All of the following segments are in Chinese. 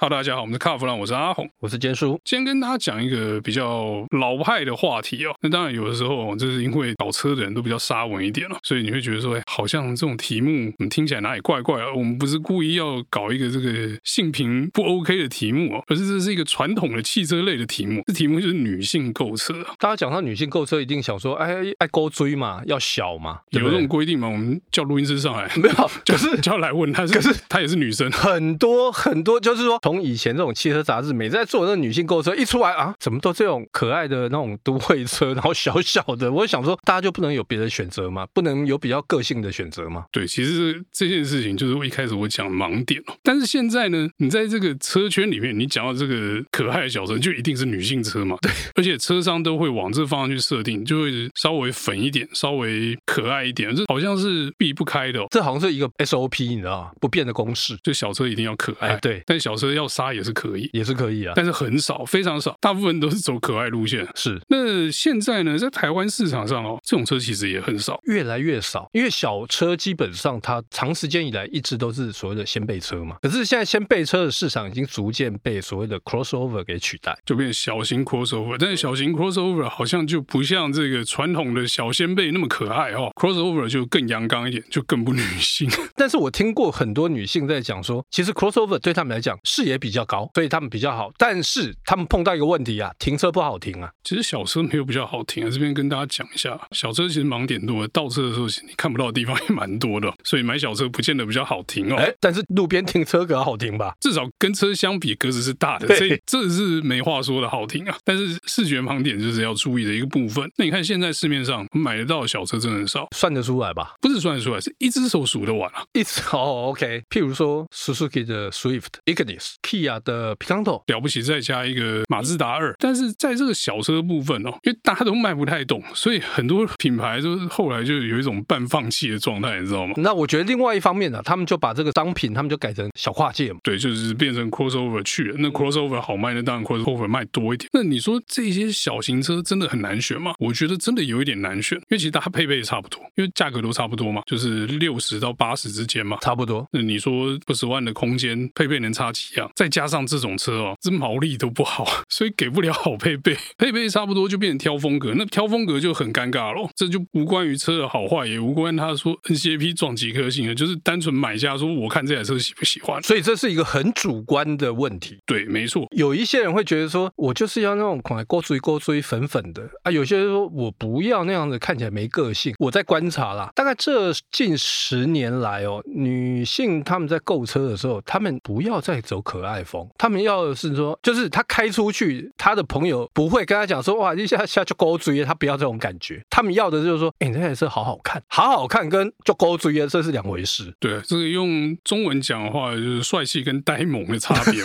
哈，大家好，我们是卡弗朗，我是阿红。我是坚叔，今天跟大家讲一个比较老派的话题哦。那当然，有的时候就是因为搞车的人都比较沙文一点了、所以你会觉得说，哎，好像这种题目嗯听起来哪里怪怪啊？我们不是故意要搞一个这个性平不 OK 的题目哦，而是这是一个传统的汽车类的题目。这题目就是女性购车啊，大家讲到女性购车，一定想说，哎，爱勾追嘛，要小嘛，对有不这对种规定吗？我们叫录音师上来，没有，就是叫来问，她是可是她也是女生。很多很多，就是说，从以前这种汽车杂志，每次在做那女性购车一出来啊，怎么都这种可爱的那种都会车，然后小小的，我想说，大家就不能有别的选择吗？不能有比较个性的选择吗？对，其实这件事情就是我一开始我讲盲点哦，但是现在呢，你在这个车圈里面，你讲到这个可爱的小车，就一定是女性车嘛，对，而且车商都会往这方向去设定，就会稍微粉一点，稍微可爱一点，这好像是避不开的哦，这好像是一个 SOP，你知道吗？不变的公式，就小车一定要可爱，哎对但小车要杀也是可以，也是可以啊。但是很少，非常少，大部分都是走可爱路线。是那现在呢，在台湾市场上哦，这种车其实也很少。越来越少，因为小车基本上它长时间以来一直都是所谓的先备车嘛。可是现在先备车的市场已经逐渐被所谓的 crossover 给取代。就变小型 crossover，但是小型 crossover 好像就不像这个传统的小先辈那么可爱哦，crossover 就更阳刚一点，就更不女性。 但是我听过很多女性在讲说，其实 crossover 对他们来讲视野比较高，所以他们比较好。但是他们碰到一个问题啊，停车不好停啊。其实小车没有比较好停啊，这边跟大家讲一下，小车其实盲点多，倒车的时候你看不到的地方也蛮多的， 所以买小车不见得比较好停哦。哎，但是路边停车格好停吧？至少跟车相比，格子是大的，对所以这是没话说的好听啊。但是视觉盲点就是要注意的一个部分。那你看现在市面上买得到的小车真的很少，算得出来吧？不是算得出来，是一只手数得完啊。一 直哦，OK。譬如说 Suzuki 的 Swift、Ignis、Kia 的 Picanto，了不起再加一个马自达二，但是在这个小车部分哦，因为大家都卖不太动，所以很多品牌就是后来就有一种半放弃的状态，你知道吗？那我觉得另外一方面啊呢、他们就把这个商品，他们就改成小跨界嘛。对，就是变成 crossover 去了。那 crossover 好卖，那当然 crossover 卖多一点。那你说这些小型车真的很难选吗？我觉得真的有一点难选，因为其实大家配备也差不多，因为价格都差不多嘛，就是六十到八十之间嘛。差不多，那你说二十万的空间，配备能差几样？再加上这种车哦，这毛利都不好， 所以给不了好配备。配备差不多就变成挑风格，那挑风格就很尴尬咯。这就无关于车的好坏，也无关他说 NCAP 撞几颗星了，就是单纯买下说我看这台车喜不喜欢。所以这是一个很主观的问题。对，没错，有一些人会觉得说，我就是要那种款勾追勾追粉粉的啊，有些人说我不要那样子，看起来没个性。我在观察啦，大概这近十年来哦，女性她们在购车的时候，她们不要再走可爱风，她们要的是说，就是她开出去，她的朋友不会跟她讲说，哇，一下下就勾追，她不要这种感觉，她们要的就是说，哎、你这台车好好看，好好看跟就勾追这是两回事，对，这个用中文讲的话就是帅气跟呆萌的差别。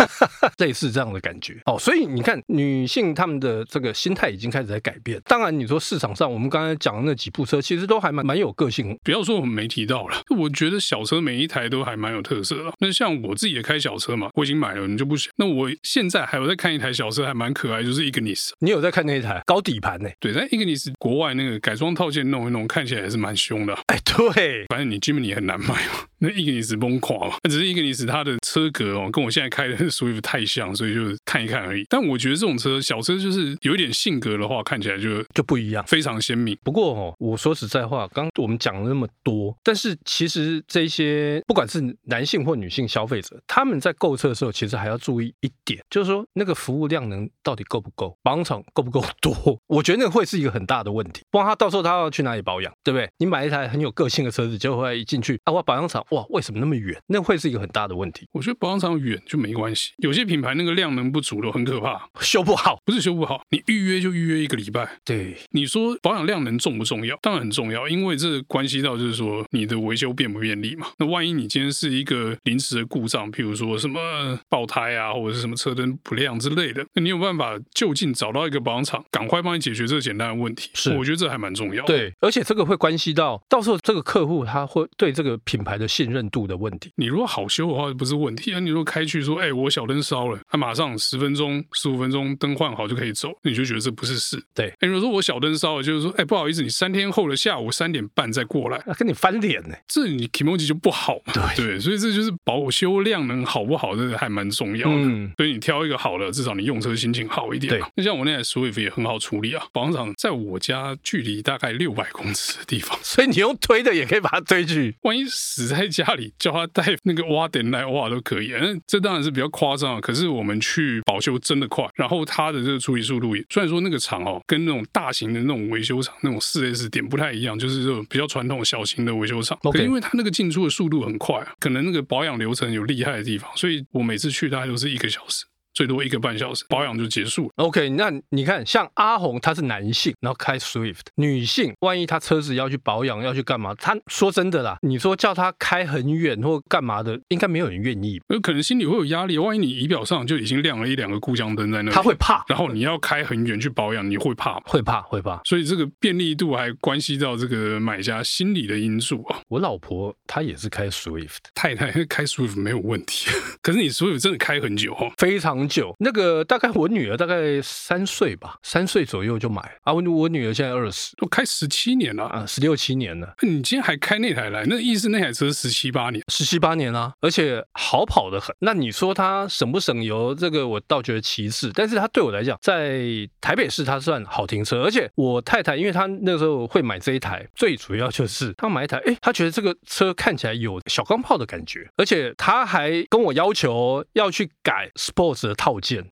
类似这样的感觉哦，所以你看，女性她们的这个心态已经开始在改变。当然，你说市场上我们刚才讲的那几部车，其实都还蛮蛮有个性。不要说我们没提到了，我觉得小车每一台都还蛮有特色的。那像我自己也开小车嘛，我已经买了，你就不想。那我现在还有在看一台小车，还蛮可爱，就是 Ignis。你有在看那一台高底盘呢、对，但 Ignis 国外那个改装套件弄一弄，看起来还是蛮凶的啊。哎，对，反正你 Jimny 很难买嘛，那 Ignis 崩垮嘛。那只是 Ignis 它的车格哦，跟我现在开的 Swift 太像，所以就看一看而已。但我觉得这种车小车就是有一点性格的话，看起来就就不一样。非常鲜明。不过哦，我说实在话，刚我们讲了那么多，但是其实这些不管是男性或女性消费者，他们在购车的时候，其实还要注意一点，就是说那个服务量能到底够不够，保养厂够不够多？我觉得那个会是一个很大的问题。不然他到时候他要去哪里保养，对不对？你买一台很有个性的车子，结果后来一进去啊，我保养厂哇，为什么那么远？那会是一个很大的问题，我觉得保养厂远就没关系，有些品牌那个量能不足的很可怕，修不好。不是修不好，你预约就预约一个礼拜。对，你说保养量能重不重要？当然很重要，因为这关系到就是说你的维修便不便利嘛。那万一你今天是一个临时的故障，譬如说什么呃爆胎啊，或者是什么车灯不亮之类的，那你有办法就近找到一个保养厂，赶快帮你解决这个简单的问题。是我觉得这还蛮重要。。对，而且这个会关系到到时候这个客户他会对这个品牌的信任度的问题。你如果好修的话不是问题，那、你如果开去说，哎、我小灯烧了，他、马上十分钟、十五分钟灯换好就可以走，你就觉得这不是事。对哎、如果说我小灯烧了，就是说，哎、不好意思，你三天后的下午三点半再过来，啊，跟你翻脸呢、这你 emoji 就不好嘛。对所以这就是保修量能好不好，这个还蛮重要的。嗯，所以你挑一个好的，至少你用车心情好一点嘛。那像我那台 Swift 也很好处理啊，保养厂在我家距离大概六百公尺的地方，所以你用推的也可以把它推去。万一死在家里，叫他带那个挖点来挖都可以。 嗯，这当然是比较夸张啊，可是我们去保修真的快，然后它的这个处理速度也，虽然说那个厂哦，跟那种大型的那种维修厂那种四 S 店不太一样，就是这种比较传统小型的维修厂， OK 可因为它那个进出的速度很快啊，可能那个保养流程有厉害的地方，所以我每次去大概都是一个小时。最多一个半小时，保养就结束了。 OK，那你看，像阿红她是男性，然后开 Swift，女性万一她车子要去保养，要去干嘛？她说真的啦，你说叫她开很远或干嘛的，应该没有人愿意，有可能心里会有压力，万一你仪表上就已经亮了一两个故障灯在那里，她会怕，然后你要开很远去保养，你会怕吗？会怕，会怕。所以这个便利度还关系到这个买家心理的因素啊。我老婆她也是开 Swift，太 太开 Swift 没有问题， 可是你 Swift 真的开很久哦。非常久。那个大概我女儿大概三岁吧，三岁左右就买啊。我我女儿现在二十都开十七年了、啊，十六七年了。你今天还开那台来，那意思那台车十七八年，十七八年啦、而且好跑得很。那你说它省不省油？这个我倒觉得其次，但是它对我来讲，在台北市它算好停车。而且我太太，因为她那时候会买这一台，最主要就是她买一台，哎，她觉得这个车看起来有小钢炮的感觉，而且她还跟我要求要去改 Sports 的套件。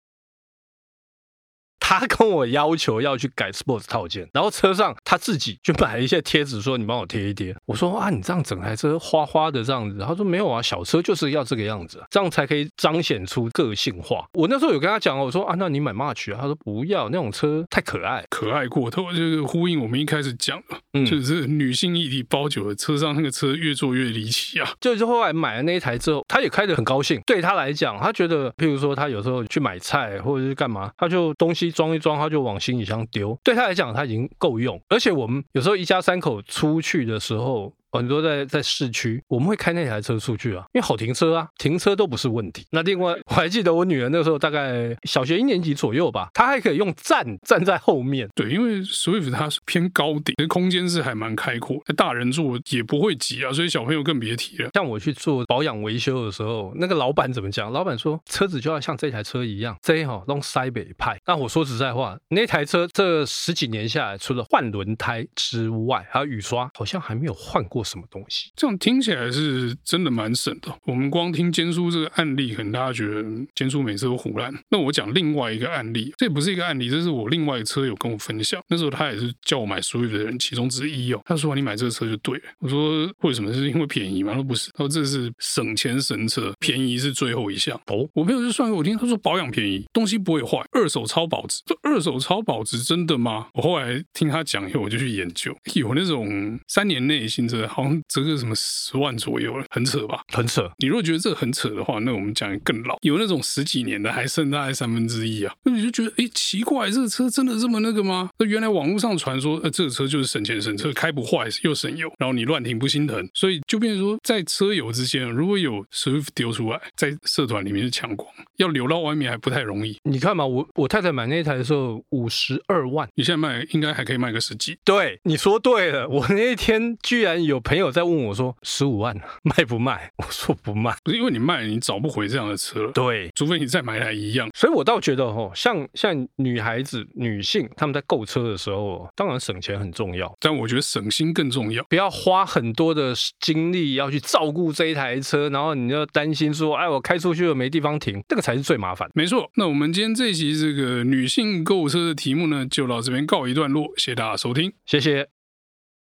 她跟我要求要去改 sports 套件，然后车上她自己去买了一些贴纸，说你帮我贴一贴。我说啊，你这样整台车花花的这样子，她说没有啊，小车就是要这个样子啊，这样才可以彰显出个性化。我那时候有跟她讲哦，我说啊，那你买 March 啊，她说不要，那种车太可爱。可爱过头，啊就是呼应我们一开始讲的，嗯就是女性议题包久了，车上那个车越做越离奇啊。就是后来买了那一台之后，他也开得很高兴。对他来讲，他觉得，譬如说他有时候去买菜或者是干嘛，他就东西装一装，他就往行李箱丢。对他来讲，他已经够用。而且我们有时候一家三口出去的时候。很多在在市区，我们会开那台车出去啊，因为好停车啊，停车都不是问题。那另外，我还记得我女儿那时候大概小学一年级左右吧，她还可以用站站在后面，对，因为 Swift 它是偏高顶，其实空间是还蛮开阔，大人坐也不会挤啊，所以小朋友更别提了。像我去做保养维修的时候，那个老板怎么讲？老板说车子就要像这台车一样，这哈弄塞北派。那我说实在话，那台车这十几年下来，除了换轮胎之外，还有雨刷，好像还没有换过什么东西。这样听起来是真的蛮省的。我们光听坚叔这个案例，可能大家觉得嗯坚叔每次都胡乱。那我讲另外一个案例，这也不是一个案例，这是我另外一个车友跟我分享。那时候他也是叫我买 Swift 的人其中之一哦。他说、你买这个车就对了。我说为什么？是因为便宜吗？他说不是，他说这是省钱神车，便宜是最后一项。哦，我朋友就算给我听，他说保养便宜，东西不会坏，二手超保值。这二手超保值真的吗？我后来听他讲以后，我就去研究，有那种三年内新车好像折个什么十万左右了，很扯吧？很扯。你如果觉得这很扯的话，那我们讲更老，有那种十几年的还剩大概三分之一啊，那你就觉得诶奇怪，这个车真的这么那个吗？那原来网络上传说，呃，这个车就是省钱省车，开不坏又省油，然后你乱停不心疼，所以就变成说，在车友之间如果有 Swift 丢出来，在社团里面是抢光，要流到外面还不太容易。你看嘛，我我太太买那台的时候五十二万。你现在卖应该还可以卖个十几，对，你说对了。我那一天居然有朋友在问我说十五万啊卖不卖？ 我说不卖。不是因为你卖了你找不回这样的车了，对，除非你再买来一样。所以我倒觉得哦，像像女孩子、女性，她们在购车的时候，哦当然省钱很重要，但我觉得省心更重要。不要花很多的精力要去照顾这一台车，然后你就担心说，哎，我开出去了没地方停，这个才是最麻烦的。没错，那我们今天这一集这个女性购物车的题目呢，就到这边告一段落，谢谢大家收听。谢谢。